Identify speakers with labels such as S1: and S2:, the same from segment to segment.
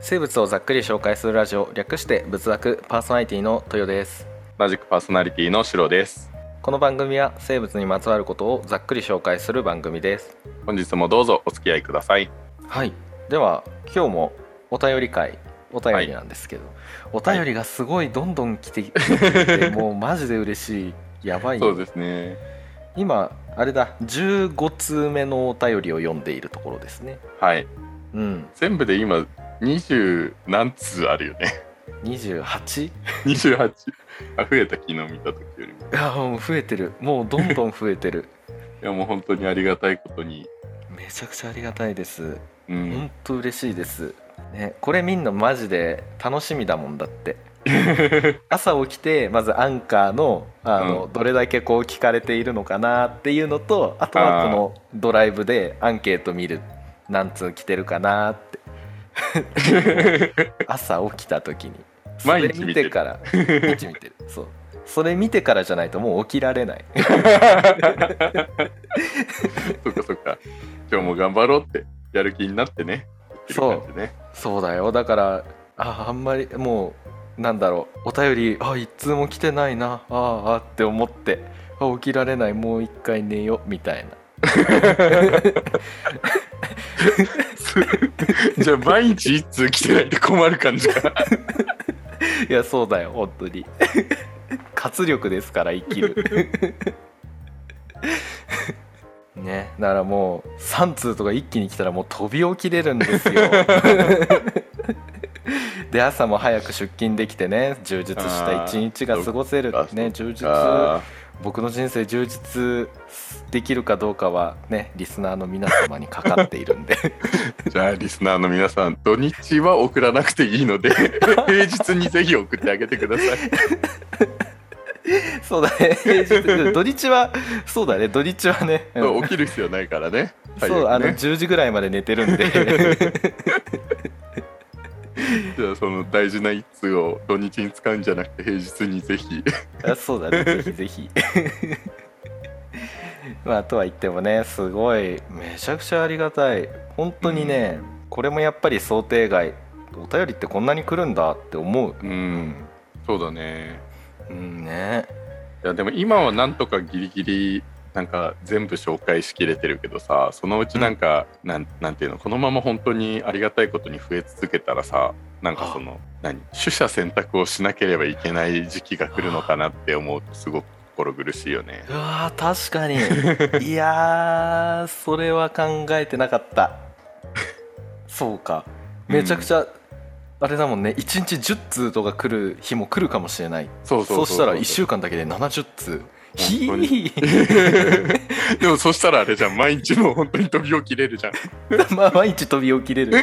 S1: 生物をざっくり紹介するラジオ略して仏学パーソナリティの豊です
S2: 同じくパーソナリティのシロです
S1: この番組は生物にまつわることをざっくり紹介する番組です
S2: 本日もどうぞお付き合いください
S1: はいでは今日もお便り会お便りなんですけど、お便りがすごいどんどん 来てきてもうマジで嬉しいやばい
S2: そうですね
S1: 今あれだ15通目のお便りを読んでいるところですね
S2: はい
S1: うん
S2: 全部で今20何通あるよね
S1: 28?
S2: 28あ増えた昨日見た時よりも
S1: いやもう増えてるもうどんどん増えてる
S2: いやもう本当にありがたいことに
S1: めちゃくちゃありがたいです
S2: う
S1: ほ
S2: ん
S1: んと嬉しいです、ね、これみんなマジで楽しみだもんだって 朝起きてまずアンカーのあの、
S2: うん
S1: どれだけこう聞かれているのかなっていうのとあとは
S2: あ
S1: こ
S2: ー
S1: のドライブでアンケート見る何通来てるかなって 朝起きた時にそれ
S2: 毎日
S1: 見
S2: 見て
S1: て
S2: る
S1: から 毎日見てるそうそれ見てからじゃないともう起きられない
S2: そっかそっか今日も頑張ろうってやる気になってね
S1: そう
S2: 言ってる感じね
S1: そうだよだからああんまりもうなんだろうお便りあ一通も来てないなあーあーって思ってあ起きられないもう一回寝よみたいな
S2: じゃあ毎日一通来てないと困る感じ か
S1: いやそうだよ本当に 活力ですから生きる ねだからもう3通とか一気に来たらもう飛び起きれるんですよ で朝も早く出勤できてね充実した一日が過ごせる
S2: あー
S1: ね充実僕の人生充実できるかどうかはねリスナーの皆様にかかっているん で
S2: じゃあリスナーの皆さん土日は送らなくていい ので平日にぜひ送ってあげてください
S1: そうだね平日土日はそうだね土日はね、うん
S2: 起きる必要ないからね
S1: そうあの
S2: 早くね
S1: 10時ぐらいまで寝てるん で
S2: じゃあその大事な一通を土日に使うんじゃなくて平日にぜひ
S1: あそうだねぜひぜひ まあとは言ってもねすごいめちゃくちゃありがたい本当にね、これもやっぱり想定外お便りってこんなに来るんだって思う
S2: うんそうだね
S1: うんね
S2: いやでも今はなんとかギリギリなんか全部紹介しきれてるけどさそのうちなんか、なんなんていうのこのまま本当にありがたいことに増え続けたらさなんかその何取捨選択をしなければいけない時期が来るのかなって思うとすごく心苦しいよね
S1: うわー確 かにいやーそれは考えてなかったそうかめちゃくちゃ、あれだもんね1日10通とか来る日も来るかもしれない
S2: そう
S1: そう
S2: そ
S1: し
S2: う
S1: たら1週間だけで70通ひ
S2: 本当に
S1: ー
S2: でもそしたらあれじゃん毎日もう本当に飛び起きれるじゃん
S1: まあ毎日飛び起きれる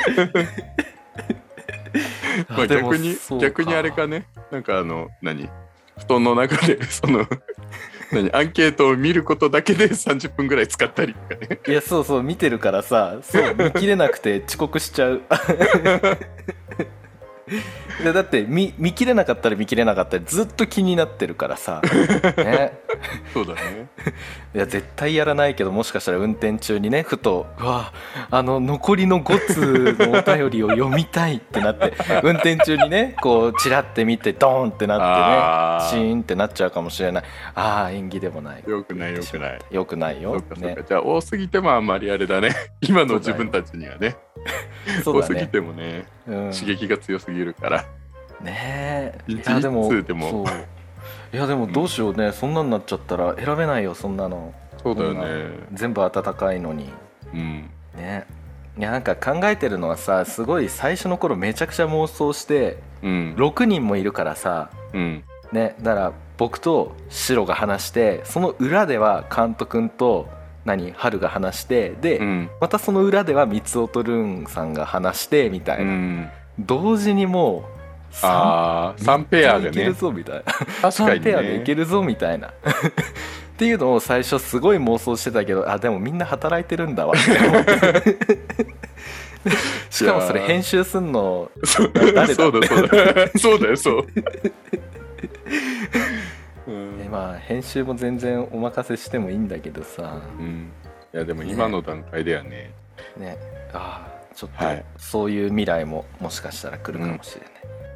S2: まあ
S1: でも
S2: 逆に
S1: そう
S2: 逆にあれかねなんかあの何布団の中で その何アンケートを見ることだけで30分ぐらい使ったりとかね
S1: いやそうそう見てるからさそう見切れなくて遅刻しちゃういやだって見見切れなかったら見切れなかったらずっと気になってるからさ、ね、
S2: そうだね。
S1: いや絶対やらないけどもしかしたら運転中にねふと「うわあの残りの5通のお便りを読みたい」ってなって運転中にねこうチラって見てドーンってなってね
S2: あ
S1: シ
S2: ー
S1: ーンってなっちゃうかもしれないああ縁起でもない
S2: よくないよくない。
S1: よくない
S2: そ
S1: よ
S2: うかそう
S1: ね
S2: か。じゃあ多すぎてもあんまりあれだね。 今の自分たちにはね。
S1: そう
S2: 多
S1: だ
S2: すぎ
S1: ね、
S2: てもね、
S1: うん、
S2: 刺激が強すぎるから。
S1: ねえ
S2: 一
S1: いやでも
S2: 日でも
S1: そういやでもどうしようね、そんなんなっちゃったら選べないよそんなの
S2: そうだよ
S1: こん
S2: ね。
S1: な全部温かいのに
S2: うん。
S1: ねいやなんか考えてるのはさすごい最初の頃めちゃくちゃ妄想して
S2: うん。
S1: 6人もいるからさ
S2: うん。
S1: ねだから僕とシロが話してその裏では監督君と何春が話してで、
S2: うん。
S1: またその裏では三尾とルンさんが話してみた
S2: う
S1: いな、
S2: ん、
S1: 同時にもう三
S2: ああ、3ペアで
S1: いける
S2: ね。
S1: ぞみたいな
S2: 確か
S1: 3
S2: に
S1: ペアでいけ
S2: ね。
S1: るぞみたいなっていうのを最初すごい妄想してたけどあでもみんな働いてるんだわって思って しかもそれ編集すんの
S2: そう
S1: 誰だ
S2: そうだそ うだ。そうだよ、そう。うん
S1: えまあ編集も全然お任せしてもいいんだけどさ
S2: うん。いや、でも今の段階ではね、
S1: ねあちょっ
S2: は
S1: と
S2: い
S1: そういう未来ももしかしたら来るかもしれない、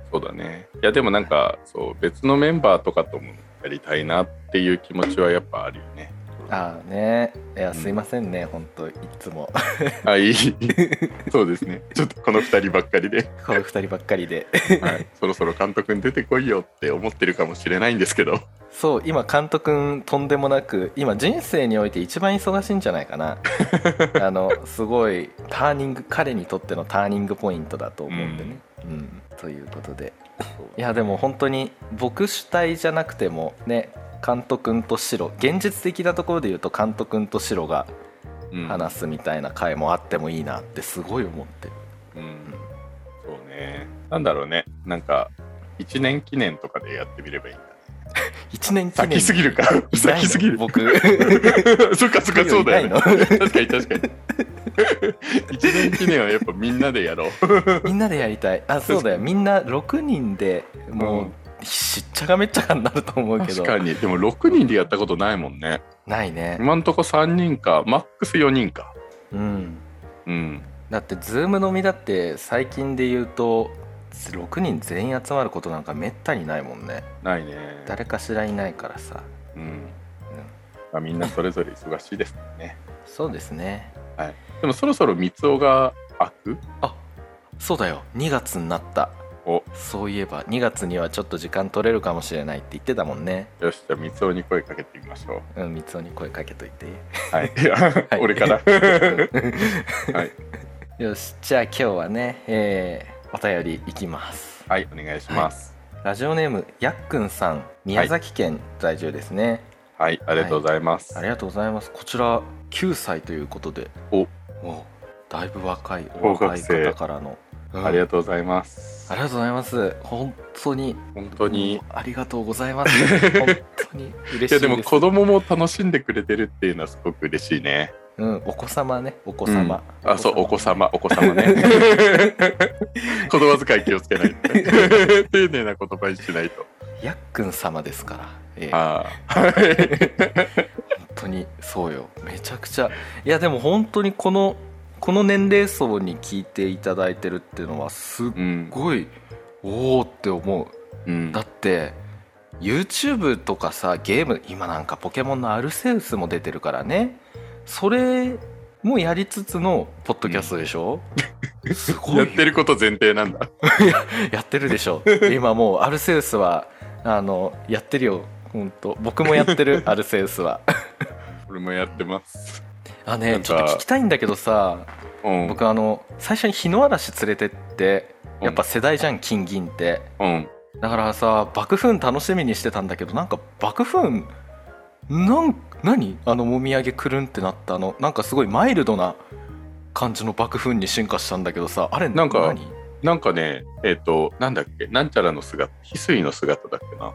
S2: そうだねいやでもなんかそう別のメンバーとかともやりたいなっていう気持ちはやっぱあるよね
S1: ああねいや
S2: ん
S1: すいませんね、ほん、本当いつも
S2: あいいそうですねちょっとこの2人ばっかりで、
S1: この二人ばっかりで
S2: はい、そろそろ監督に出てこいよって思ってるかもしれないんですけど
S1: そう今監督とんでもなく今人生において一番忙しいんじゃないか なあのすごいターニング彼にとってのターニングポイントだと思うんでね、うんということでいやでも本当に僕主体じゃなくてもね監督とシロ現実的なところで言うと監督とシロが
S2: うん
S1: 話すみたいな回もあってもいいなってすごい思ってる
S2: うんそうねなんだろうねなんか1年記念とかでやってみればいいんだね
S1: 1年記念
S2: 先すぎるか
S1: いないの
S2: 先すぎる
S1: 僕
S2: そっかそっかそうだよ
S1: い
S2: ね
S1: ない
S2: 確かに確かに一年記念はやっぱみんなでやろう
S1: みんなでやりたいあそうだよ みんな6人でもう、
S2: うん
S1: しっちゃかめっちゃかになると思うけど
S2: 確かにでも6人でやったことないもんね
S1: ないね
S2: 今んとこ3人かマックス4人か
S1: うん
S2: うん
S1: だってズーム飲みだって最近で言うと6人全員集まることなんかめったにないもんね
S2: ないね
S1: 誰かしらいないからさ
S2: うんまあみんなそれぞれ忙しいですからね
S1: そうですね
S2: でもそろそろ三尾が開く
S1: あそうだよ2月になった
S2: お
S1: そういえば2月にはちょっと時間取れるかもしれないって言ってたもんね
S2: よしじゃあ三尾に声かけてみましょう
S1: うん三尾に声かけといて
S2: はい
S1: はい
S2: 俺から は い
S1: よしじゃあ今日はね、えーお便りいきます
S2: はいお願いします
S1: ラジオネームやっくんさん宮崎県在住ですね、
S2: はい、ありがとうございます、
S1: ありがとうございますこちら9歳ということで
S2: お
S1: もうだいぶ若いお
S2: 高
S1: 若
S2: 学
S1: い
S2: 生
S1: 方からの、うん
S2: ありがとうございます
S1: ありがとうございます本当に
S2: 本当に
S1: もうありがとうございます本当に嬉しいで
S2: い
S1: す
S2: やでも子供も楽しんでくれてるっていうのはすごく嬉しいね。
S1: うん、お子様ねお子様、
S2: あ、そう、お子
S1: 様
S2: 様、お子様ね。 言葉遣い気をつけないとね。丁寧な言葉にしないと。
S1: やっくん様ですから、ええ
S2: あー
S1: 本当にそうよめちゃくちゃいやでも本当にこのこの年齢層に聞いていただいてるっていうのはすっ
S2: うん。
S1: ごいおおって思う
S2: うん
S1: だ。って、YouTube とかさゲーム今なんかポケモンのアルセウスも出てるからねそれもやりつつのポッドキャストでしょ、すごい
S2: や
S1: よ
S2: ってること前提なんだ。
S1: やってるでしょ今もうアルセウスはあのやってるよ本当僕もやって るアルセウスは
S2: 俺もやってます。
S1: あ
S2: な
S1: ね
S2: んか
S1: ちょっと聞きたいんだけどさ
S2: うん。
S1: 僕あの最初に日の嵐連れてってやっぱ世代じゃん金銀って
S2: うん。
S1: だからさ爆風楽しみにしてたんだけどなんか爆風なん何あのもみあげくるんってなったあのなんかすごいマイルドな感じの爆風に進化したんだけどさあれ
S2: なんか
S1: 何
S2: なんかね、えっ、と、なんだっけ、なんちゃらの姿、翡翠の姿だっけな。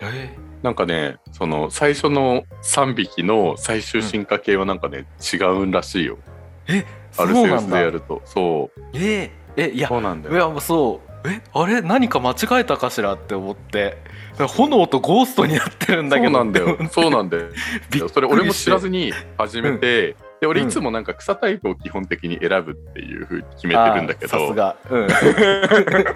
S1: え
S2: なんかね、その最初の3匹の最終進化系はなんかね、違うんらしいよ。
S1: ー
S2: アル
S1: そう
S2: セウ
S1: な
S2: ス
S1: ん
S2: で
S1: だ
S2: やると。そう。
S1: えーえいや
S2: そうなんだ
S1: い
S2: よ。
S1: やもうそうえあれ何か間違えたかしらって思って炎とゴーストになってるんだけど
S2: そうな んだよそうなんだよ
S1: びっくりして
S2: それ俺も知らずに始めて、で俺いつもなんか草タイプを基本的に選ぶっていうふうに決めてるんだけ
S1: あーさす
S2: ど
S1: がうん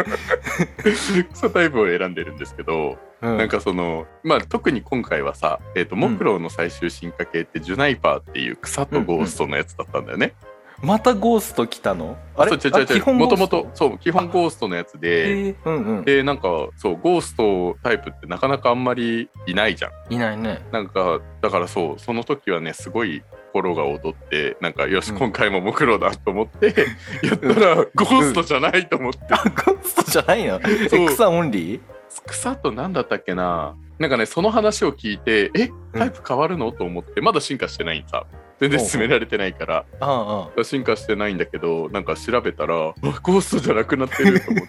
S2: 草タイプを選んでるんですけど、
S1: う
S2: なんかそのまあ特に今回はさ、えー、とモクロウの最終進化系ってジュナイパーっていう草とゴーストのやつだったんだよね。
S1: またゴースト来たのあれ
S2: そう違う違
S1: あ
S2: う
S1: 基本ゴ
S2: も
S1: ースト
S2: ともとそう基本ゴーストのやつで。
S1: えーうんうん
S2: でなんかそうゴーストタイプってなかなかあんまりいないじゃん
S1: いないね
S2: なんかだからそうその時はねすごい心が躍ってなんかよし、
S1: うん
S2: 今回もモクロだと思って やったらゴーストじゃないと思って、
S1: あゴーストじゃないのえ
S2: そう
S1: 草オンリー
S2: 草と何だったっけななんかねその話を聞いてえタイプ変わるのと思ってまだ進化してないんさ全然進められてないから
S1: あ
S2: 進化してないんだけどなんか調べたらあゴーストじゃなくなってると思って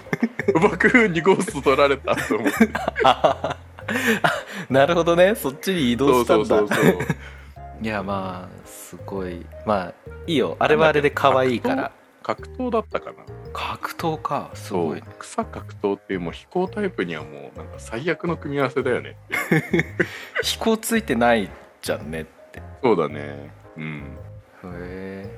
S2: 爆風にゴースト取られたと思って
S1: あああなるほどねそっちに移動したんだ
S2: そうそうそうそう
S1: いやまあすごいまあいいよあれはあれで可愛いから
S2: 格闘だったかな
S1: 格闘かす
S2: そ
S1: ご
S2: う
S1: い
S2: 草格闘っていうもう飛行タイプにはもうなんか最悪の組み合わせだよね
S1: 飛行ついてないじゃんねってへ
S2: そうだねうん
S1: え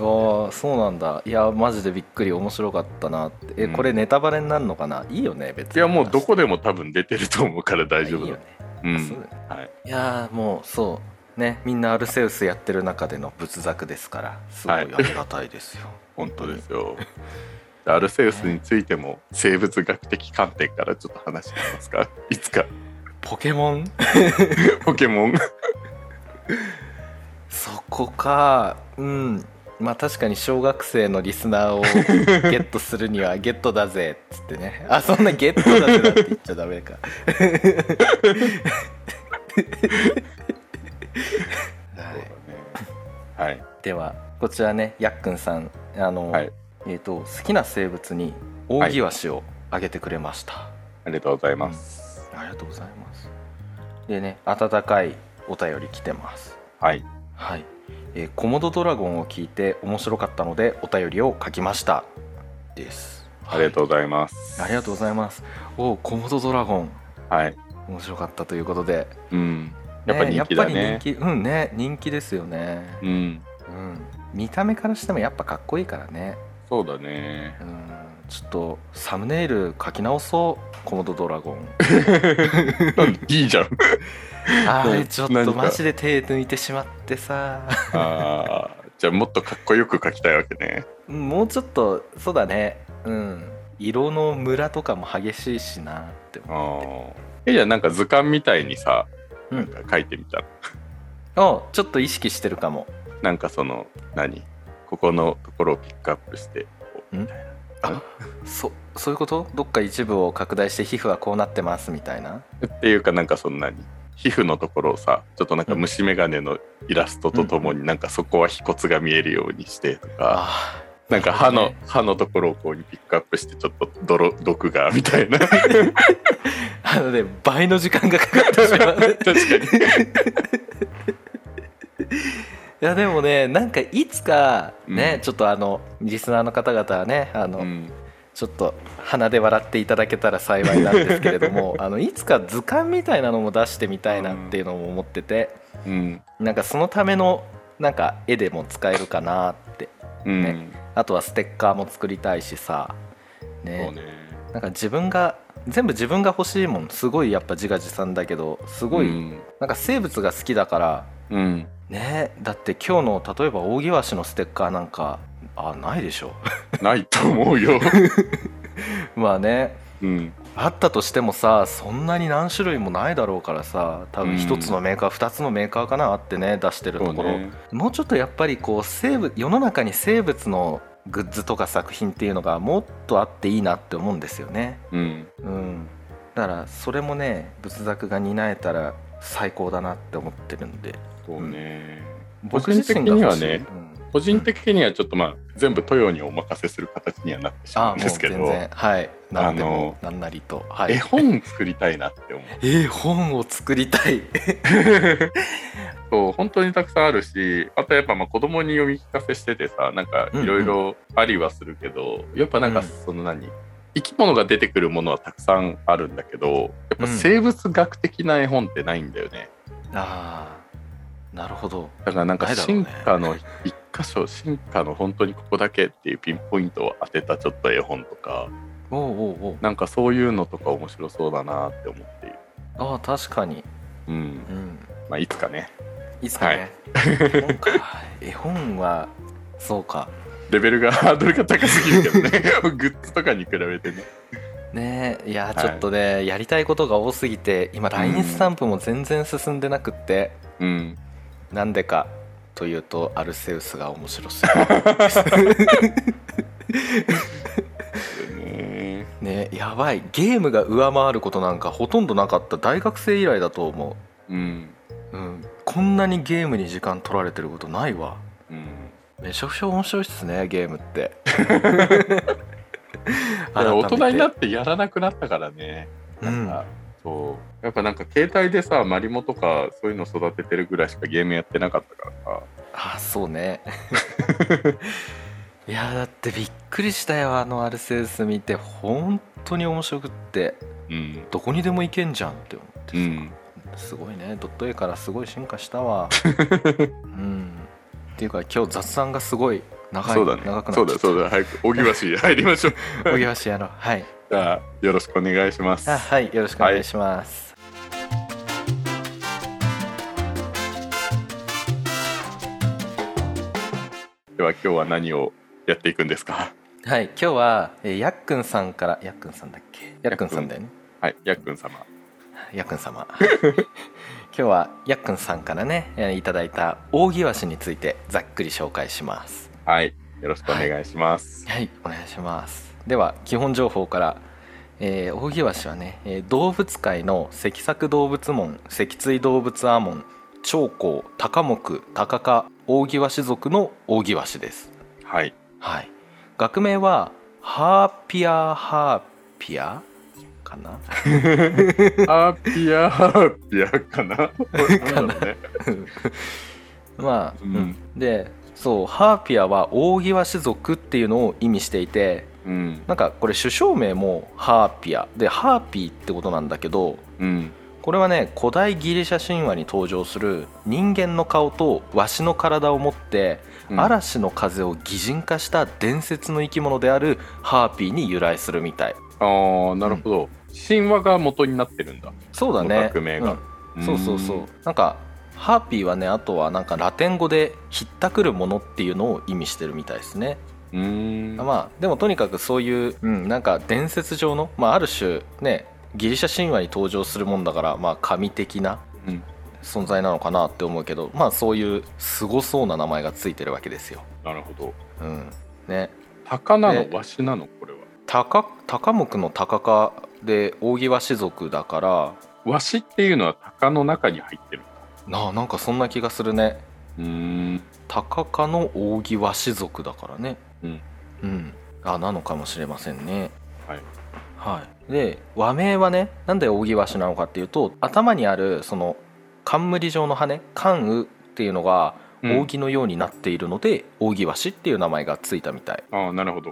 S1: ああそうなんだいやマジでびっくり面白かったなってえ
S2: うん
S1: これネタバレになるのかないいよね別に
S2: いやもうどこでも多分出てると思うから大丈夫
S1: いい
S2: だ
S1: よね、
S2: う
S1: そうんだよね
S2: はい
S1: いやーもうそうねみんなアルセウスやってる中での仏作ですからすごいあ
S2: はい
S1: りがたいですよ、
S2: 本当ですよアルセウスについても生物学的観点からちょっと話しま すかいつか
S1: ポケモン
S2: ポケモン
S1: そこかうんまあ確かに小学生のリスナーを ゲットするにはゲットだぜっつってねあそんなゲットだぜなんて言っちゃダメか はい
S2: はい
S1: ではこちらねやっくんさんあの、
S2: はい
S1: えー、と好きな生物に扇橋をあげてくれました、
S2: ありがとうございます
S1: ありがとうございますでね温かいお便り来てます
S2: はい
S1: はい、えーコモドドラゴンを聞いて面白かったのでお便りを書きましたです
S2: ありがと
S1: う、
S2: うございます
S1: ありがとうございますおおコモドドラゴン
S2: はい
S1: 面白かったということで、
S2: うんやっぱ人気だ
S1: やっ
S2: ね
S1: ぱり人気うんね人気ですよね
S2: うん
S1: うん見た目からしてもやっぱかっこいいからね
S2: そうだね
S1: うんちょっとサムネイル書き直そうコモドドラゴ ン
S2: いいじゃん
S1: あれちょっ
S2: 何
S1: と
S2: か
S1: マジで手抜いてしまってさ
S2: あーじゃあもっとかっこよく描きたいわけね
S1: うんもうちょっとそうだねうん色のムラとかも激しいしなって思
S2: ああえじゃあなんか図鑑みたいにさ
S1: う、う
S2: なん
S1: ん、
S2: か描いてみたら
S1: あちょっと意識してるかも
S2: なんかその何ここのところをピックアップしてこう
S1: うん
S2: みたいな
S1: そそういうことどっか一部を拡大して皮膚はこうなってますみたいな
S2: っていうかなんかそんなに皮膚のところをさちょっとなんか虫眼鏡のイラストとともになんかそこは皮骨が見えるようにしてとか、
S1: あ
S2: なんか歯
S1: なる
S2: の
S1: ほど
S2: 歯のところをこうピックアップしてちょっと泥毒がみたい な確
S1: あなので倍の時間がかかってしま う
S2: かに
S1: いやでもねなんかいつかね、
S2: うん
S1: ちょっとあのリスナーの方々はねあの、
S2: うん
S1: ちょっと鼻で笑っていただけたら幸いなんですけれど もあのいつか図鑑みたいなのも出してみたいなっていうのも思ってて、
S2: うん
S1: なんかそのためのなんか絵でも使えるかなって
S2: うん、
S1: ねあとはステッカーも作りたいしさ
S2: そう
S1: ね
S2: ね
S1: なんか自分が全部自分が欲しいもんすごいやっぱ自画自賛だけどすごい、
S2: うん
S1: なんか生物が好きだから
S2: うん
S1: ねだって今日の例えば扇橋のステッカーなんかあないでしょ
S2: ないと思う よ、
S1: まあね
S2: うん、
S1: あったとしてもさそんなに何種類もないだろうからさ多
S2: う
S1: 分
S2: ん
S1: 一つのメーカー二つのメーカーかなあってね出してる
S2: そ
S1: と
S2: う
S1: ころ、
S2: ね
S1: もうちょっとやっぱりこう生物世の中に生物のグッズとか作品っていうのがもっとあっていいなって思うんですよね
S2: うん
S1: うんだからそれもね仏作が担えたら最高だなって思ってるんで
S2: そうね、
S1: 僕自身が欲しい
S2: 個人的に
S1: うん
S2: 個人的にはちょっとまあ全部豊にお任せする形にはなってしま
S1: あ
S2: う
S1: も
S2: んで
S1: う
S2: すけ
S1: 全
S2: ど
S1: 然はいなんで
S2: あ
S1: も
S2: の
S1: なんなりと、はい、
S2: 絵本作りたいなって思う
S1: 絵本を作りたい
S2: そう本当にたくさんあるしあとやっぱまあ子供に読み聞かせしててさなんかいろいろありはするけど、やっぱなん
S1: う
S2: か
S1: ん
S2: その何、生き物が出てくるものはたくさんあるんだけどやっぱ
S1: うん
S2: 生物学的な絵本ってないんだよね、
S1: ああなるほど
S2: だからなん
S1: な
S2: か
S1: いだろうね
S2: 進化の一箇所進化の本当にここだけっていうピンポイントを当てたちょっと絵本とか
S1: おうおうおう
S2: なんかそういうのとか面白そうだなって思っている
S1: ああ確かに
S2: うん
S1: うん
S2: まあいつかね
S1: いいっすかね、絵本か絵本はそうか
S2: レベルが ハードルが高すぎるけどね グッズとかに比べてね
S1: ねえいや
S2: い
S1: ちょっとね、やりたいことが多すぎて今 LINE スタンプも全然進んでなくって、
S2: うん
S1: なんでかというとアルセウスが面白そう
S2: ね
S1: ねえやばいゲームが上回ることなんかほとんどなかった大学生以来だと思
S2: うん
S1: う、うん、こんなにゲームに時間取られてることないわ
S2: うん
S1: めちゃくちゃ面白いっすねゲームって
S2: だから大人にな
S1: っ
S2: ってやらなくなったからね
S1: う
S2: なん
S1: ん
S2: か、そうやっぱなんか携帯でさマリモとかそういうの育ててるぐらいしかゲームやってなかったからさ
S1: あそう ねいやだってびっくりしたよあのアルセウス見て本当に面白くって
S2: うん
S1: どこにでも行けんじゃんって思って
S2: う
S1: さ、
S2: ん
S1: すごいねドット A からすごい進化したわうんっていうか今日雑談がすごい長い
S2: そうだね
S1: 長くなっち
S2: そ
S1: ゃ
S2: う
S1: った
S2: だそうだ早く荻橋入りましょう
S1: おぎわしやろうはい
S2: じゃあよろしくお願い します
S1: あはいよろしくお願いします、
S2: では今日は何をやっていくんですか
S1: はい、今日は、えー、やっくんさんからやっくんさんだっけやっくんさんだよね
S2: はいやっくん様
S1: やっくん様 今日はやっくんさんからねえーいただいた扇和紙についてざっくり紹介します
S2: はいよろしくお願いします、
S1: はいお願いしますでは基本情報から、えー、扇和紙はね、えー動物界の脊索動物門脊椎動物アーモン長江高木高科扇和紙属の扇和紙です
S2: はい
S1: はい学名はハーピアハーピアかな
S2: ハーピアハーピアかな
S1: かな
S2: なんだろうね
S1: まあ、
S2: うん
S1: でそうハーピアは扇和種族っていうのを意味していて
S2: うん
S1: なんかこれ首相名もハーピアでハーピーってことなんだけど
S2: うん
S1: これはね古代ギリシャ神話に登場する人間の顔とワシの体を持って
S2: うん
S1: 嵐の風を擬人化した伝説の生き物であるハーピーに由来するみたい
S2: あーなるほど、神話が元になってるんだ
S1: そうだ
S2: この
S1: ね
S2: 学名が
S1: うんそうそうそうなんかハーピーはねあとはなんかラテン語でひったくるものっていうのを意味してるみたいですね
S2: うんうん
S1: まあでもとにかくそういう、うん、なんか伝説上の、まあ、ある種ねギリシャ神話に登場するもんだから、まあ、神的な
S2: うん
S1: 存在なのかなって思うけどまあそういうすごそうな名前がついてるわけですよ。
S2: なるほど
S1: うん、ね
S2: 鷹なの
S1: で
S2: わしなのこれは
S1: 高高木の高かで扇和種族だから
S2: わしっていうのは鷹の中に入ってる
S1: なあなんかそんな気がするね
S2: うーん
S1: 高かの扇和種族だからね
S2: うん、
S1: うんあなのかもしれませんね
S2: はい、
S1: はい、で和名はねなんで扇和紙なのかっていうと頭にあるその冠状の羽冠羽っていうのが
S2: うん
S1: 扇のようになっているので、扇和紙っていう名前がついたみたい
S2: ああなるほど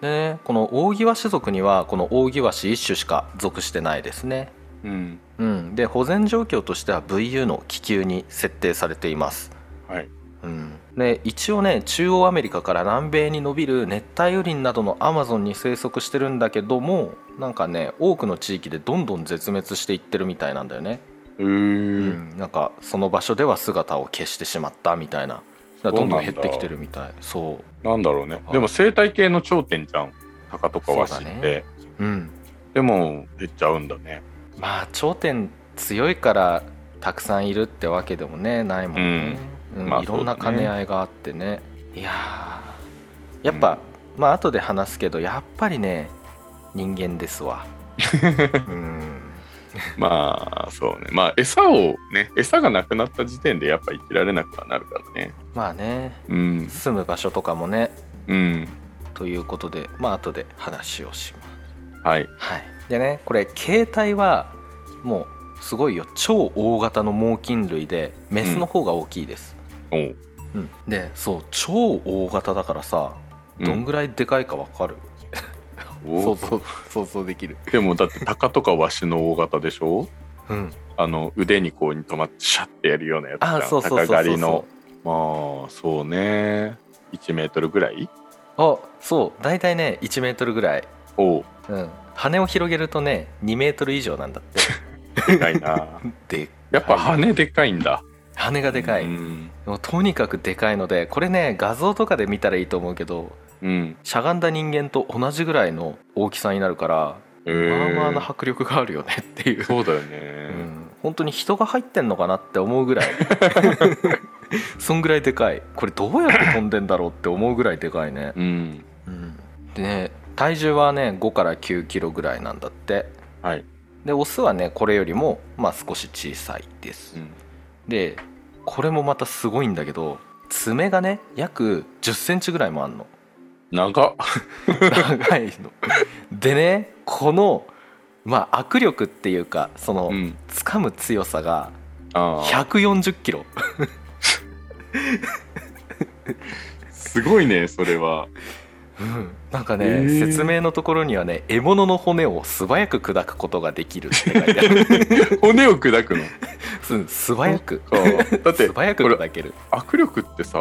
S1: でねこの扇和紙族にはこの扇和紙一種しか属してないですね
S2: うん
S1: うん、で保全状況としては VU の気球に設定されています
S2: はい
S1: うん、で一応ね中央アメリカから南米に伸びる熱帯雨林などのアマゾンに生息してるんだけどもなんかね多くの地域でどんどん絶滅していってるみたいなんだよね、
S2: うーん
S1: なんかその場所では姿を消してしまったみたいなだからどんどん減ってきてるみたいそ
S2: なんだろうね
S1: はい
S2: でも生態系の頂点じゃん鷹とかわしっ
S1: そう
S2: て、
S1: だねううん
S2: でも減っちゃうんだね
S1: まあ頂点強いからたくさんいるってわけでもねないもんね、
S2: うん
S1: うん
S2: まあ
S1: いろんな
S2: そうだ
S1: 兼
S2: ね
S1: ね合いがあってねいやーやっぱ、まあ後で話すけどやっぱりね人間ですわ うん
S2: まあそうねまあ餌をね餌がなくなった時点でやっぱ生きられなくはなるからね
S1: まあね
S2: うん
S1: 住む場所とかもね
S2: うん
S1: ということでまあ後で話をします
S2: はい
S1: はいでねこれ携帯はもうすごいよ超大型の猛禽類でメスの方が大きいです、
S2: おう
S1: うんでそう超大型だからさどんぐらいでかいかわかる、
S2: うんお
S1: 想
S2: う
S1: 像想像できる
S2: でもだって鷹とかワシの大型でしょ
S1: うん
S2: あの腕にこうに止まってシャッてやるようなやつ
S1: あそうそうそう
S2: 鷹
S1: そ
S2: 狩
S1: う
S2: りの
S1: そ
S2: まあそうね1メートルぐらいう
S1: あそう大体ね1メートルぐらい、
S2: おう
S1: うん、羽を広げるとね2メートル以上なんだっ
S2: でか いな
S1: てで
S2: やっぱ羽でかいんだ
S1: 羽がでかい、
S2: うん、
S1: もうとにかくでかいのでこれね画像とかで見たらいいと思うけど
S2: うん、
S1: しゃがんだ人間と同じぐらいの大きさになるから
S2: え
S1: まあ
S2: ー
S1: まあな迫力があるよねっていう
S2: そうだよ
S1: う
S2: ね、
S1: ん、本当に人が入ってんのかなって思うぐら いそんぐらいでかいこれどうやって飛んでんだろうって思うぐらいでかいね、
S2: うん、
S1: うん、でね体重はね5から9キロぐらいなんだって
S2: はい、
S1: でオスはねこれよりもまあ少し小さいです
S2: うん、
S1: でこれもまたすごいんだけど爪がね約1 0センチぐらいもあ んの
S2: 長っ
S1: 長いのでねこのまあ握力っていうかその
S2: うん
S1: 掴む強さが
S2: あー
S1: 140キロ
S2: すごいねそれは
S1: うんなんかね、
S2: えー
S1: 説明のところにはね獲 物の骨を素早く砕くことができるって書いてある
S2: 骨を砕くの
S1: す素早く
S2: かだって
S1: 素早く
S2: これ
S1: 砕ける、
S2: 握力ってさ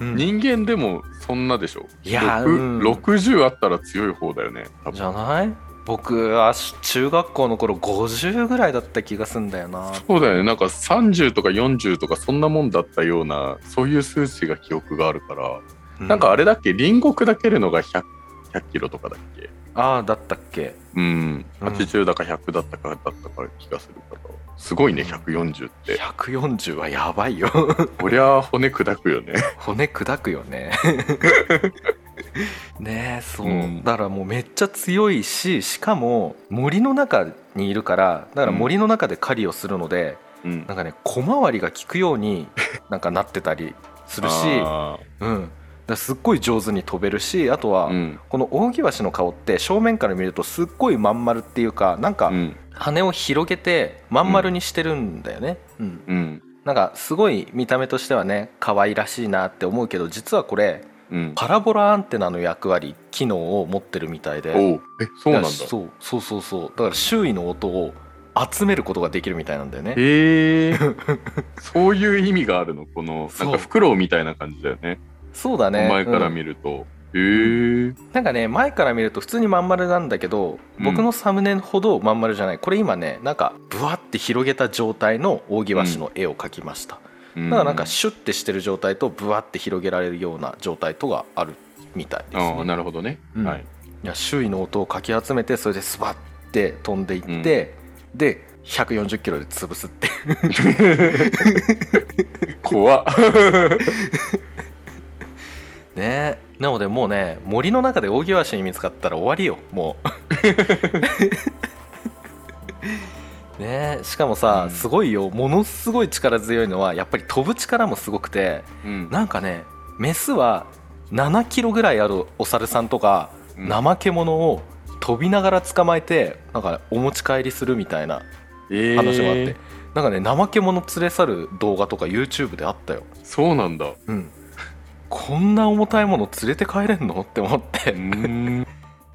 S1: うん
S2: 人間でもそんなでしょ
S1: いやー
S2: 六
S1: うん
S2: 60あったら強い方だよね多分
S1: じゃない僕は中学校の頃50ぐらいだった気がすんだよな
S2: そうだよねなんか30とか40とかそんなもんだったようなそういう数値が記憶があるから、
S1: な
S2: なんかあれだっけリンゴ砕けるのが 100, 100キロとかだっけ
S1: ああだったっけ
S2: うん
S1: うん
S2: 80だか100だったかだったか気がするからすごいね140って
S1: 140はやばいよ
S2: こりゃ骨砕くよね
S1: 骨砕くよ ねねえそう、
S2: うん
S1: だからもうめっちゃ強いししかも森の中にいるからだから森の中で狩りをするので、
S2: うん
S1: なんかね小回りが利くよう になんかなってたりするし、
S2: あ
S1: うん、だからすっごい上手に飛べるしあと
S2: ー
S1: は、
S2: うん
S1: この扇橋の顔って正面から見るとすっごいまん丸っていうかなんか
S2: うん
S1: 羽を広げてまん丸にしてるんだよね、うん
S2: うん
S1: なんかすごい見た目としてはね可愛らしいなって思うけど実はこれ
S2: うん
S1: パラボラアンテナの役割機能を持ってるみたいで
S2: おうえそうなんだ
S1: だからそうそうそうそうだから周囲の音を集めることができるみたいなんだよね
S2: へえ そういう意味があるのこのなん
S1: そう
S2: かフクロウみたいな感じだよね
S1: そうだね
S2: 前から
S1: うん
S2: 見ると、へえ
S1: なんかね前から見ると普通にまん丸なんだけど
S2: うん
S1: 僕のサムネほどまん丸じゃないこれ今ねなんかぶわって広げた状態の扇橋の絵を描きました、
S2: だ
S1: だからなんかシュッてしてる状態とぶわって広げられるような状態とがあるみたいです、
S2: ああ
S1: ね、
S2: なるほどね、
S1: うん
S2: はい
S1: いや周囲の音をかき集めてそれでスパッて飛んでいって、で140キロで潰すって
S2: 怖っ
S1: ねなのでもうね森の中で扇橋に見つかったら終わりよも うねしかもさ、
S2: うん
S1: すごいよものすごい力強いのはやっぱり飛ぶ力もすごくて
S2: うん
S1: なんかねメスは7キロぐらいあるお猿さんとか、
S2: うん
S1: 怠け者を飛びながら捕まえてなんかお持ち帰りするみたいな
S2: えー
S1: 話もあって、なんかね怠け者連れ去る動画とか YouTube であったよ、
S2: そうなんだう
S1: うん、こんな重たいもの連れて帰れんのって思って
S2: ーん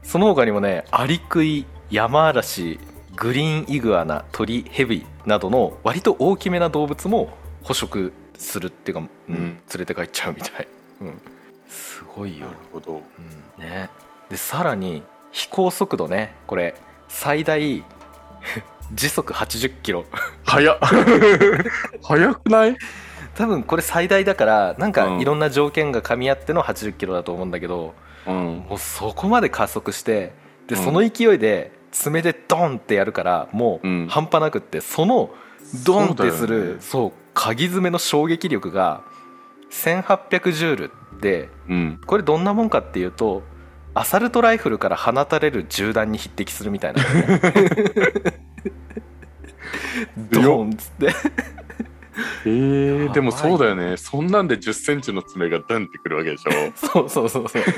S1: その他にもねアリクイヤマアラシグリーンイグアナ鳥ヘビなどの割と大きめな動物も捕食するっていうか、うん
S2: うん
S1: 連れて帰っちゃうみたい、うん、すごい
S2: な
S1: よ
S2: る、ほど
S1: うんね、でさらに飛行速度ねこれ最大 時速80キロ
S2: 早っ 早くない
S1: 多分これ最大だからなんか
S2: うん
S1: いろんな条件が噛み合っての80キロだと思うんだけど、
S2: うん
S1: もうそこまで加速してで
S2: うん
S1: その勢いで爪でドンってやるからも
S2: う
S1: うん半端なくってそのドンってす
S2: そうだよ
S1: る
S2: ね
S1: そう,、鍵爪の衝撃力が1800ジュールって
S2: うん
S1: これどんなもんかっていうとアサルトライフルから放たれる銃弾に匹敵するみたいな、 ね、ドンっつって
S2: え
S1: やば
S2: ー、
S1: い
S2: でもそうだよねそんなんで1 0ンチの爪がダンってくるわけでしょ
S1: そうそうそうそう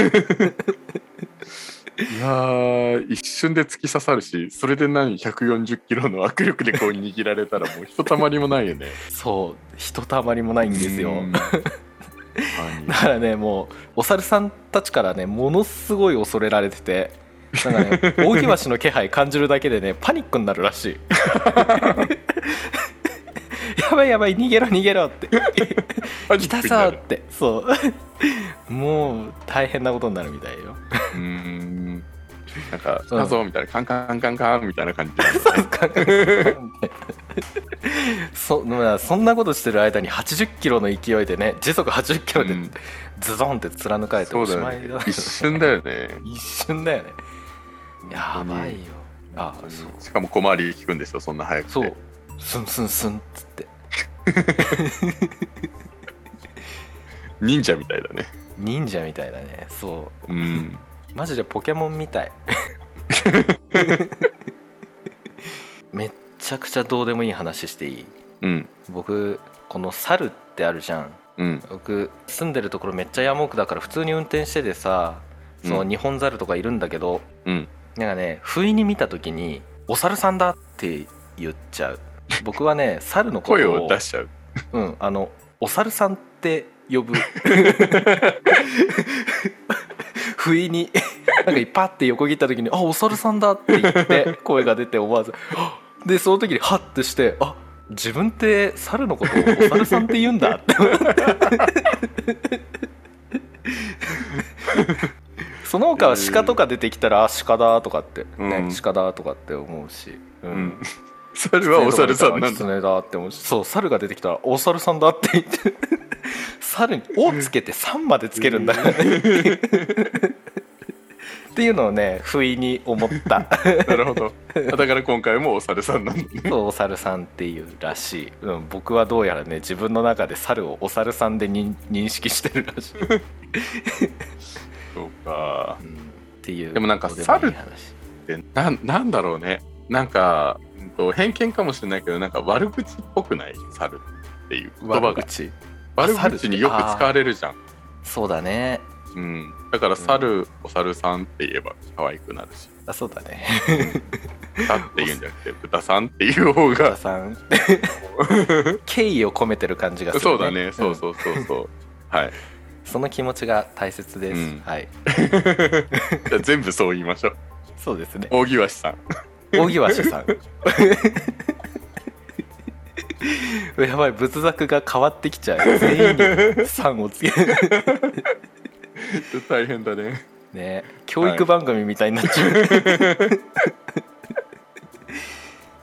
S2: いやー一瞬で突き刺さるしそれで何140キロの握力でこう握られたらもうひとたまりもないよね
S1: そうひとたまりもないんですよ、
S2: うん
S1: だからねもうお猿さんたちからねものすごい恐れられててなんか ね大木橋の気配感じるだけでねパニックになるらしいやばいやばい逃げろ逃げろって
S2: パニ
S1: 来た
S2: ックにな
S1: ぞ
S2: る
S1: ってそうもう大変なことになるみたいよ
S2: うーんなんか、来たぞみたいな、カンカンカンカンみたいな感じで。
S1: そ,、まあ、そんなことしてる間に80キロの勢いでね時速80キロで
S2: うん
S1: ズドンって貫かれて
S2: そ
S1: お
S2: う
S1: し
S2: だよ
S1: まい
S2: ね
S1: だ。
S2: 一瞬だよね。
S1: 一瞬だよねやばいよあそう
S2: しかも小回り効くんですよ、そんな早くて。
S1: そうスンスンスンっつって
S2: 忍者みたいだね。
S1: 忍者みたいだねそ
S2: うん。
S1: うマジでポケモンみ たいめっちゃくちゃどうでもいい話していい
S2: うん。
S1: 僕この猿ってあるじゃん
S2: うん。
S1: 僕住んでるところめっちゃ山奥だから普通に運転しててさその
S2: うん
S1: 日本猿とかいるんだけど、
S2: うん。
S1: なんかね不意に見た時に「お猿さんだ」って言っちゃう僕はね猿のこと
S2: 声を出しちゃう。
S1: うん、あのお猿さんって呼 ぶ不意になんかいパッて横切った時に「あお猿さんだ」って言って声が出て思わずあでその時にハッてして「あ自分って猿のことをお猿さんって言うんだって思って その他は鹿とか出てきたら、あ鹿だとかって、ね
S2: うん
S1: 鹿だとかって思うし、う
S2: うんん、 猿はお猿さんなんだ
S1: 狐だって思うしそう猿が出てきたらお猿さんだって言って 猿に「お」つけて「さん」までつけるんだから ねっていうのをね不意に思った
S2: なるほどあだから今回もお猿さんなんだね
S1: そうお猿さんっていうらしい、うん、僕はどうやらね自分の中で猿をお猿さんで認認識してるらしい、うんっ
S2: そうか
S1: ていう
S2: でもなんか
S1: どういい
S2: 猿
S1: 話
S2: ってなんなんだろうねなんか、うんと、偏見かもしれないけどなんか悪口っぽくない猿っていう言葉
S1: 悪
S2: が
S1: 口
S2: 悪口によく使われるじゃん、
S1: そうだね
S2: うん、だから猿、お猿さんって言えば可愛くなる し
S1: あそうだね
S2: 豚って言うんじゃなくて豚さんっていう方
S1: お猿
S2: が
S1: さ ん敬意を込めてる感じがする、
S2: そうだね
S1: ん
S2: そうそうそうそうはい
S1: その気持ちが大切です。
S2: うん
S1: はい。
S2: じゃあ全部そう言いましょう
S1: そうですね。
S2: 大木橋さん
S1: 大岩主さ ん。やばい仏作が変わってきちゃう全員に「さん」をつけ る
S2: 大変だね
S1: ね教育番組みたいになっちゃう、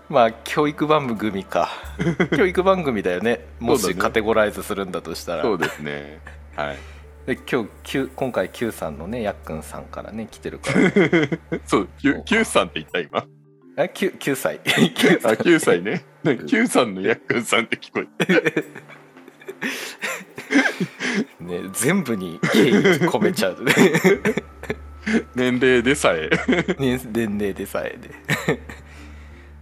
S1: まあ教育番組か教育番組だよねも
S2: そう
S1: し
S2: だね
S1: カテゴライズするんだとしたら、
S2: そうですねはい
S1: で今日 Q 今回 Q さんのねやっくんさんからね来てるから、そ
S2: そう
S1: う
S2: 九
S1: か
S2: 九さんって言っ た今
S1: あ 9, 9歳9
S2: あ九歳 ね九さんのやっくんさんって聞こえた
S1: ね、全部に敬意込めち ゃう、ね、
S2: 年齢でさえ
S1: 年齢でさえで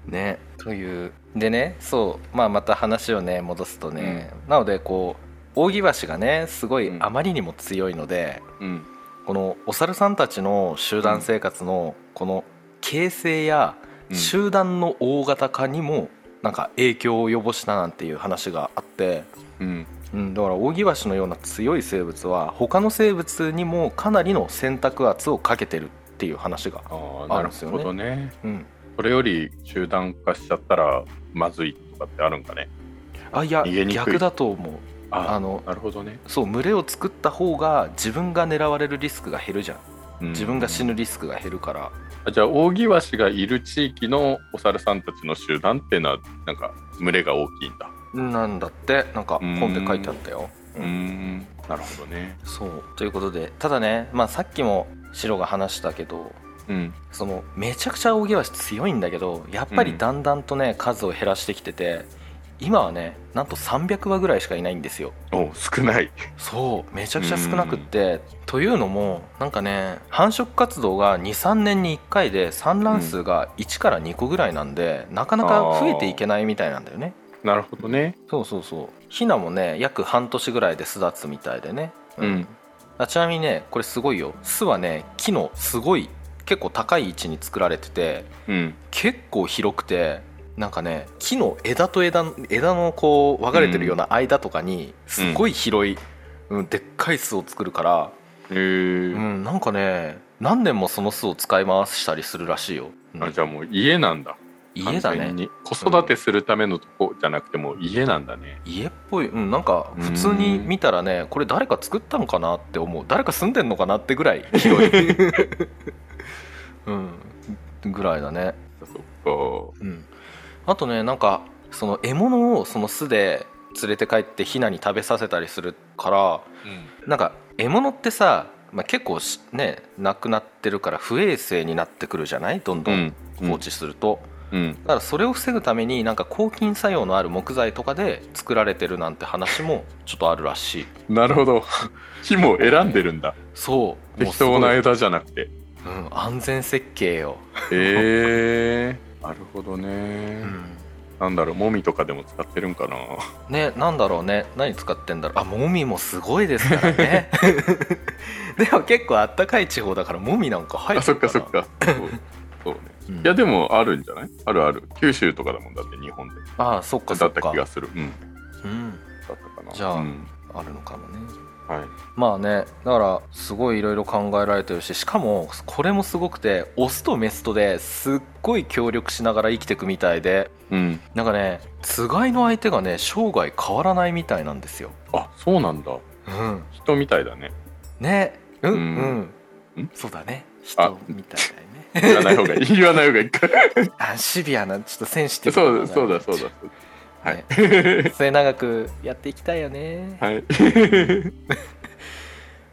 S1: ねというでねそうまあまた話をね戻すとね、なのでこう扇橋がねすごい
S2: うん
S1: あまりにも強いので、
S2: うん
S1: このお猿さんたちの集団生活のこの形成や
S2: うん
S1: 集団の大型化にもなんか影響を及ぼしたなんていう話があって。
S2: うん
S1: うん、だからオオギワシのような強い生物は他の生物にもかなりの選択圧をかけてるっていう話が、
S2: ああ
S1: あ
S2: な
S1: る
S2: る
S1: んですよ
S2: ほ
S1: ね
S2: どね
S1: うん、
S2: それより集団化しちゃったらまずいとかってあるんかね
S1: あいや
S2: 逃げにくい
S1: 逆だと思う
S2: あ
S1: あの
S2: なるほどね、
S1: そう群れを作った方が自分が狙われるリスクが減るじゃん
S2: うん
S1: 自分が死ぬリスクが減るから、
S2: あじゃあ扇橋がいる地域のお猿さんたちの集団っていうのはなんか群れが大きいんだ
S1: なんだってなんか
S2: うん
S1: 本で書いてあったよ、うん
S2: んなるほどね
S1: そうということでただね、まあ、さっきも白が話したけど
S2: うん
S1: そのめちゃくちゃオオギワシ強いんだけどやっぱりだんだんとね数を減らしてきてて今はねなんと300羽ぐらいしかいないんですよ
S2: お少ない
S1: そうめちゃくちゃ少なくってというのもなんかね繁殖活動が23年に1回で産卵数が1から2個ぐらいなんで、なかなか増えていけないみたいなんだよね
S2: なるほどね
S1: そうそうそうヒナもね約半年ぐらいで巣立つみたいでね、
S2: うん
S1: あちなみにねこれすごいよ巣はね木のすごい結構高い位置に作られてて
S2: うん
S1: 結構広くてなんかね木の枝と枝の枝のこう分かれてるような間とかにすごい広い、うんでっかい巣を作るから、
S2: へえ
S1: うんなんかね何年もその巣を使い回したりするらしいよ、うん
S2: あじゃあもう家なんだ
S1: 家だ
S2: 完全
S1: ね
S2: に子育てするためのとこじゃなくてもう家なんだね、
S1: 家っぽい、うん、なんか普通に見たらねこれ誰か作ったのかなって思う誰か住んでんのかなってぐらい広い、 うん、ぐらいだね
S2: そっ
S1: うん、あとねなんかその獲物をその巣で連れて帰ってヒナに食べさせたりするから
S2: か、うん、
S1: なんか獲物ってさ、まあ、結構しねなくなってるから不衛生になってくるじゃないどんどん放置すると、
S2: うん
S1: だからそれを防ぐためになんか抗菌作用のある木材とかで作られてるなんて話もちょっとあるらしい
S2: なるほど 木も選んでるんだ
S1: そうもう
S2: 適
S1: すごい
S2: 当な枝じゃなく て
S1: うん、安全設計よ、
S2: へえなるほどね、
S1: うん
S2: なんだろうもみとかでも使ってるんかな
S1: ね、なんだろうね何使ってんだろうあもみもすごいですから ねでも結構あったかい地方だからもみなんか入
S2: あ
S1: って
S2: そ
S1: る
S2: っかそ
S1: な
S2: っ、かそうそうね
S1: うん
S2: いやでもあるんじゃないあるある九州とかだもんだって日本で
S1: ああそっか
S2: だ
S1: そっ
S2: った
S1: か
S2: 気がするうん
S1: うん
S2: だったかな
S1: じゃあ
S2: うん
S1: あるのかもね
S2: はい
S1: まあねだからすごいいろいろ考えられてるししかもこれもすごくてオスとメスとですっごい協力しながら生きていくみたいで
S2: うん
S1: なんかねつがいの相手がね生涯変わらないみたいなんですよ。
S2: あそうなんだ
S1: うん、
S2: 人みたいだね
S1: ねうんう
S2: うんん、ん
S1: そうだね人
S2: あ
S1: みたいだね。
S2: 言わない方がい い言わない方がいいか
S1: あシビアなちょっとセンシティ
S2: そう
S1: ブ
S2: だ
S1: な
S2: そうだそうだは
S1: ね 末永くやっていきたいよね。
S2: はい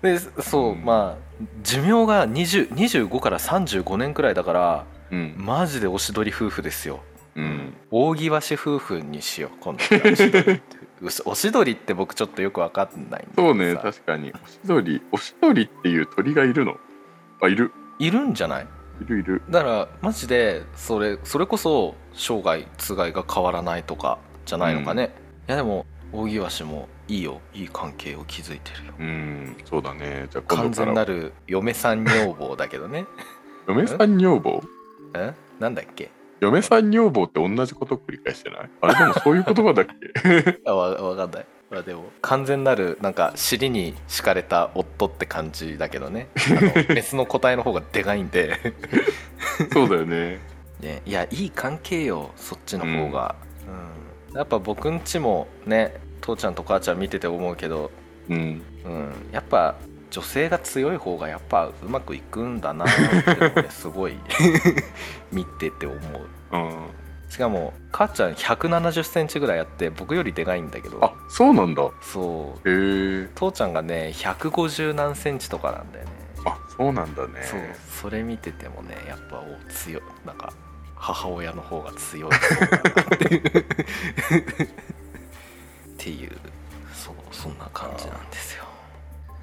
S1: でそう
S2: うん
S1: まあ寿命が20 25から35年くらいだから
S2: うん
S1: マジでおしどり夫婦ですよ。
S2: うん
S1: 扇橋夫婦にしよう今度はおしど りってうしおしどりって僕ちょっとよく分かんないんだけど
S2: そ
S1: さ
S2: うね確かにおしどりおしどりっていう鳥がいるのあいる
S1: いるんじゃない
S2: いるいる
S1: だからマジでそれそれこそ生涯つがいが変わらないとかじゃないのかね、いやでも扇橋もいいよいい関係を築いてるよ
S2: うんそうだねじゃあ今
S1: 完
S2: 度か
S1: 全
S2: ら
S1: なる嫁さん女房だけどね
S2: 嫁さん女房
S1: んなんだっけ
S2: 嫁さん女房って同じこと繰り返してないあれでもそういう言葉だっ け
S1: あわわかんないまあでも完全なるなんか尻に敷かれた夫って感じだけどねあ のメスの個体の方がでかいんで
S2: そうだよね
S1: ね、いやいい関係よそっちの方が、うんやっぱ僕んちもね父ちゃんと母ちゃん見てて思うけど、
S2: うん
S1: うん、やっぱ女性が強い方がやっぱうまくいくんだなっていうのをねすごい 見てて思う
S2: うん
S1: しかも母ちゃん1 7 0ンチぐらいあって僕よりでかいんだけど
S2: あそうなんだへ
S1: そう
S2: え
S1: 父ちゃんがね150何センチとかなんだよね
S2: あそうなんだね
S1: そうそれ見ててもねやっぱお強いなんか母親の方が強いっていうそうそんな感じなんですよ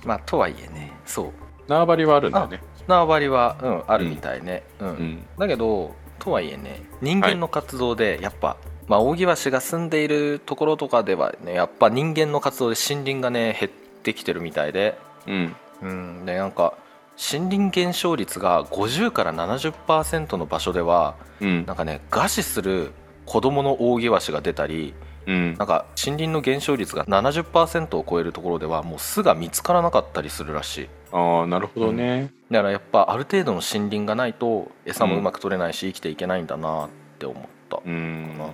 S1: まあとはいえねそう
S2: 縄張りはあるんだね
S1: 縄張りは、うん、あるみたいね、うん
S2: うん
S1: だけどとはいえね人間の活動でやっぱ、まあ、扇橋が住んでいるところとかではねやっぱ人間の活動で森林がね減ってきてるみたいで
S2: うん
S1: うん、でなんか森林減少率が50から70%の場所では
S2: うん
S1: なんかね餓死する子どもの大ワシが出たり
S2: うん
S1: なんか森林の減少率が70%を超えるところではもう巣が見つからなかったりするらしい
S2: ああなるほどね
S1: だからやっぱある程度の森林がないと餌もうまく取れないし生きていけないんだなって思ったか
S2: うん、
S1: な、うん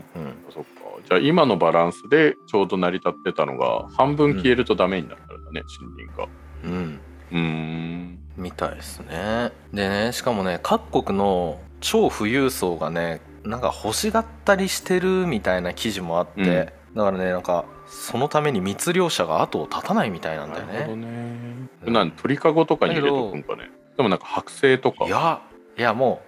S2: そっかじゃあ今のバランスでちょうど成り立ってたのが半分消えるとダメになったんだね、森林が
S1: うん、
S2: うーん
S1: みたいですねでねしかもね各国の超富裕層がねなんか欲しがったりしてるみたいな記事もあって、
S2: うん
S1: だからねなんかそのために密漁者が後を絶たないみたいなんだよ
S2: なるほど
S1: ね
S2: ね、
S1: うん
S2: なん鳥かごとかに入れとくんかねでもなんか剥製とか
S1: いやいやも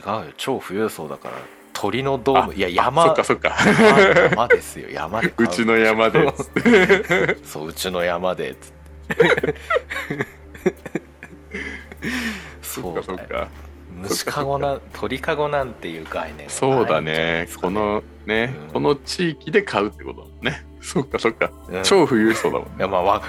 S1: う違うよ超富裕層だから鳥のドームいや山
S2: そっかそっか
S1: 山山ですよ山で買
S2: う
S1: う
S2: ちの山でつって
S1: そううちの山で つって
S2: そ
S1: そ
S2: っ
S1: うだ
S2: か そっ
S1: よ
S2: か
S1: 虫かごな鳥かごなんていう概念はないんじゃ
S2: そうだ
S1: ない
S2: ね
S1: ですか
S2: このね、
S1: うん
S2: この地域で買うってことだもんね そっかそっか、
S1: うん
S2: 超富裕層だもん
S1: いやまあわ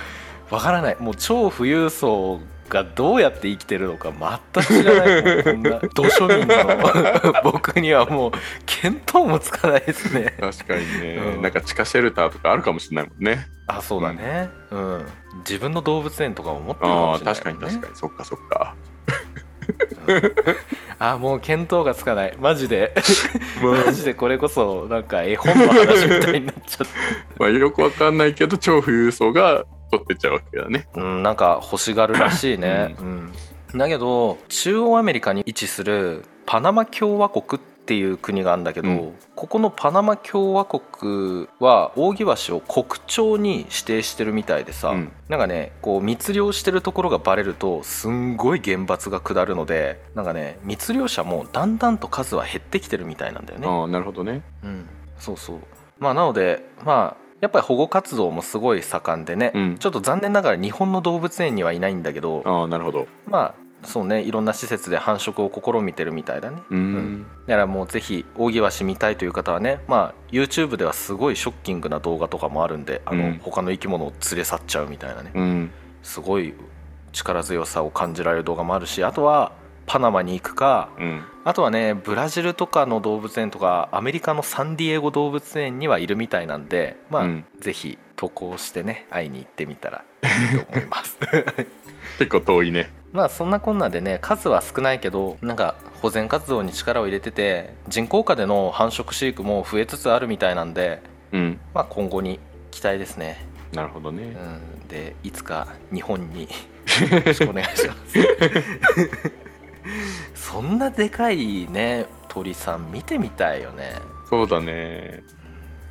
S1: わからないもう超富裕層がどうやって生きてるのか全く知らないもうこんな土庶民の 僕にはもう見当もつかないです ね
S2: 確かにね、
S1: うん
S2: なんか地下シェルターとかあるかもしれないもんね
S1: あそうだねうん、自分の動物園とかも持ってるか
S2: あ
S1: も
S2: あ
S1: しれない
S2: 確かに確か
S1: に
S2: にそっかそっか
S1: あもう見当がつかないマジで
S2: まあ
S1: マジでこれこそなんか絵本の話みたいになっちゃっ
S2: まあ、よくわかんないけど超富裕層が取ってっちゃうわけだね。
S1: た、うん、なんか欲しがるらしいね、うんだけど中央アメリカに位置するパナマ共和国っていう国があるんだけど、
S2: うん
S1: ここのパナマ共和国は扇橋を国鳥に指定してるみたいでさ、
S2: うん
S1: なんかねこう密漁してるところがバレるとすんごい厳罰が下るのでなんかね密漁者もだんだんと数は減ってきてるみたいなんだよね。
S2: ああなるほどね。
S1: うん、そうそうまあなのでまあやっぱり保護活動もすごい盛んでね、
S2: うん
S1: ちょっと残念ながら日本の動物園にはいないんだけど
S2: ああなるほど。
S1: まあそうねいろんな施設で繁殖を試みてるみたいだね
S2: うーん。
S1: だからもうぜひ扇橋見たいという方はねまあ YouTube ではすごいショッキングな動画とかもあるんであの、
S2: うん
S1: 他の生き物を連れ去っちゃうみたいなね
S2: うん。
S1: すごい力強さを感じられる動画もあるしあとはパナマに行くか
S2: うん
S1: あとはねブラジルとかの動物園とかアメリカのサンディエゴ動物園にはいるみたいなんでまあ、
S2: うん
S1: ぜひ渡航してね会いに行ってみたらいいと思います
S2: 結構遠いね
S1: まあそんなこんなでね数は少ないけどなんか保全活動に力を入れてて人工下での繁殖飼育も増えつつあるみたいなんで、
S2: うん
S1: まあ、今後に期待ですね、
S2: なるほど
S1: う
S2: ね
S1: ん、でいつか日本によろしくお願いします そんなでかいね鳥さん見てみたいよね
S2: そうだね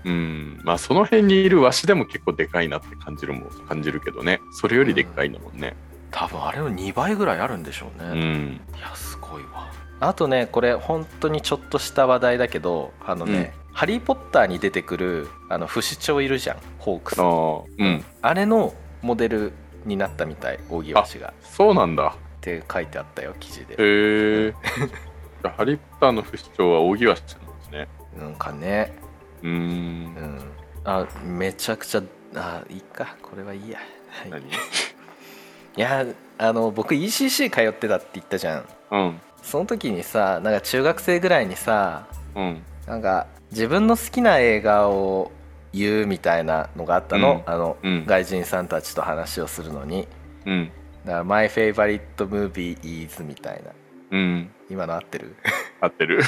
S2: うんまあその辺にいるワシでも結構でかいなって感じるも感じるけどねそれよりでっかいんだもんね
S1: 多分あれの2倍ぐらいあるんでしょうね、
S2: うん、
S1: いやすごいわあとねこれ本当にちょっとした話題だけどあのね、ハリー・ポッター」に出てくるあの不死鳥いるじゃんホークス
S2: あ
S1: あ
S2: あうん
S1: れのモデルになったみたい扇橋がっ
S2: そうなんだ
S1: て書いてあったよ記事で、
S2: へえハリー・ポッターの不死鳥は扇橋ちゃんなんですね
S1: なんかね
S2: うーん
S1: うんあめちゃくちゃあいいかこれはいいや、はい、
S2: 何
S1: いやあの僕 ECC 通ってたって言ったじゃん
S2: うん
S1: その時にさなんか中学生ぐらいにさ
S2: うん
S1: なんか自分の好きな映画を言うみたいなのがあったの、
S2: うん
S1: あの
S2: うん
S1: 外人さんたちと話をするのに
S2: うん
S1: だから「My favorite movie is」みたいな
S2: うん
S1: 今の合 ってる
S2: 合っ てる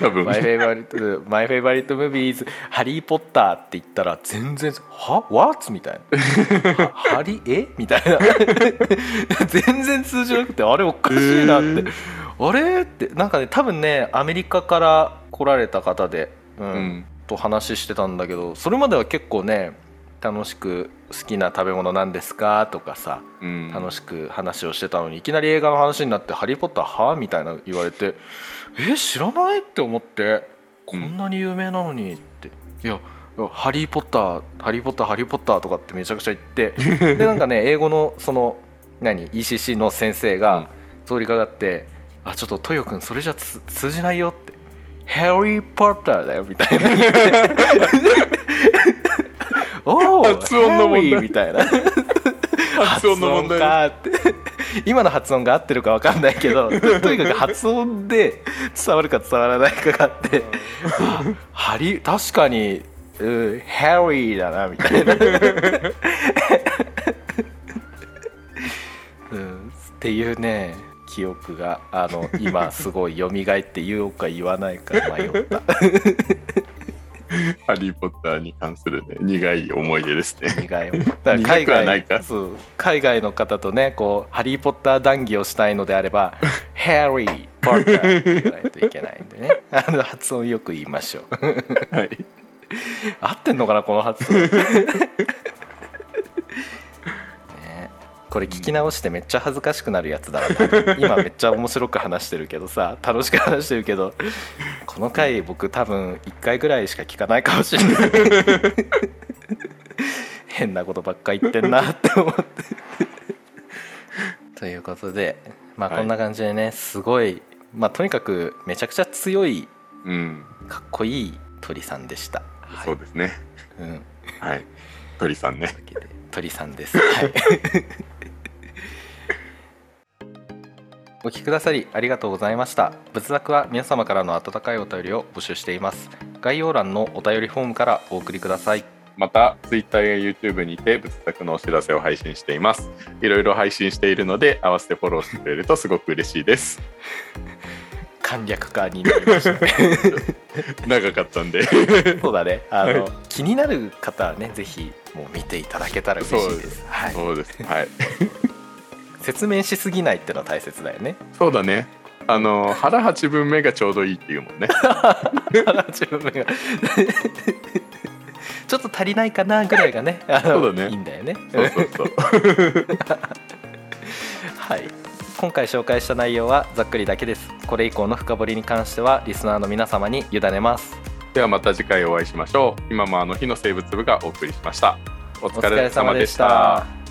S2: 多分
S1: My favorite, ?My favorite movie is ハリー・ポッターって言ったら全然「は ?What?」みたい な「ハリえみたいな全然通じなくてあれおかしいなって、
S2: へー
S1: あれってなんかね多分ねアメリカから来られた方で
S2: う
S1: うん
S2: ん
S1: と話してたんだけどそれまでは結構ね楽しく好きな食べ物なんですかとかさ
S2: うん
S1: 楽しく話をしてたのにいきなり映画の話になって「ハリー・ポッターは?」みたいな言われて「え知らない?」って思って「こんなに有名なのに」って「いやいやハリー・ポッターハリー・ポッターハリー・ポッター」とかってめちゃくちゃ言 ってでなんかね英語のその何 ECC の先生
S2: うん
S1: が通りかかって「あちょっとトヨ君それじゃつ通じないよ」って「ハリー・ポッターだよ」みたい な 言っておお
S2: 発音の問題
S1: みたいな
S2: 発音の問
S1: 発音
S2: 題
S1: かって 今の発音が合ってるか分かんないけ どとにかく発音で伝わるか伝わらないかがあ ってあハリー確かに、うん、ハリーだなみたいな、 うん、っていうね記憶があの今すごい蘇って言おうか言わないか迷った
S2: ハリー・ポッターに関するね苦い思い出です ね
S1: 意外をだから
S2: 苦
S1: 海
S2: くは
S1: 外
S2: ないか
S1: そう海外の方とねこうハリー・ポッター談義をしたいのであれ ばハリー・ポッターって言わないといけないんでねあの発音よく言いましょう
S2: はい
S1: 合ってんのかなこの発音 ねこれ聞き直してめっちゃ恥ずかしくなるやつだ わな今めっちゃ面白く話してるけどさ楽しく話してるけどこの回僕多分1回ぐらいしか聞かないかもしれない 変なことばっか言ってんなって思ってということでまあ
S2: はい
S1: こんな感じでね、すごいまあとにかくめちゃくちゃ強い
S2: うん
S1: かっこいい鳥さんでした、はい、
S2: そうですね
S1: うん
S2: はい鳥さんね
S1: わけで鳥さんです。はい。 お聞きくださりありがとうございました。仏作は皆様からの温かいお便りを募集しています。概要欄のお便りフォームからお送りください。
S2: また Twitter や YouTube にて仏作のお知らせを配信していますいろいろ配信しているので合わせてフォローしてくれるとすごく嬉しいです
S1: 簡略化になりましたね。
S2: 長かったんで
S1: そうだね。あの、
S2: は
S1: 気になる方はね、ぜひもう見ていただけたら嬉しい
S2: そう
S1: で。
S2: です
S1: はい。
S2: そうですはい
S1: 説明しすぎないってのは大切だよ ね。
S2: そうだねあの腹八分目がちょうどいいっていう もんね
S1: 自分が ちょっと足りないかなぐらいがね、あの
S2: そうだね
S1: いいんだよね。
S2: そうそうそう
S1: はい今回紹介した内容はざっくりだけですこれ以降の深掘りに関してはリスナーの皆様に委ねます
S2: ではまた次回お会いしましょう今もあの日の生物部がお送りしましたお
S1: お
S2: 疲
S1: 疲
S2: れ
S1: れ
S2: 様
S1: 様
S2: で
S1: で
S2: し
S1: したた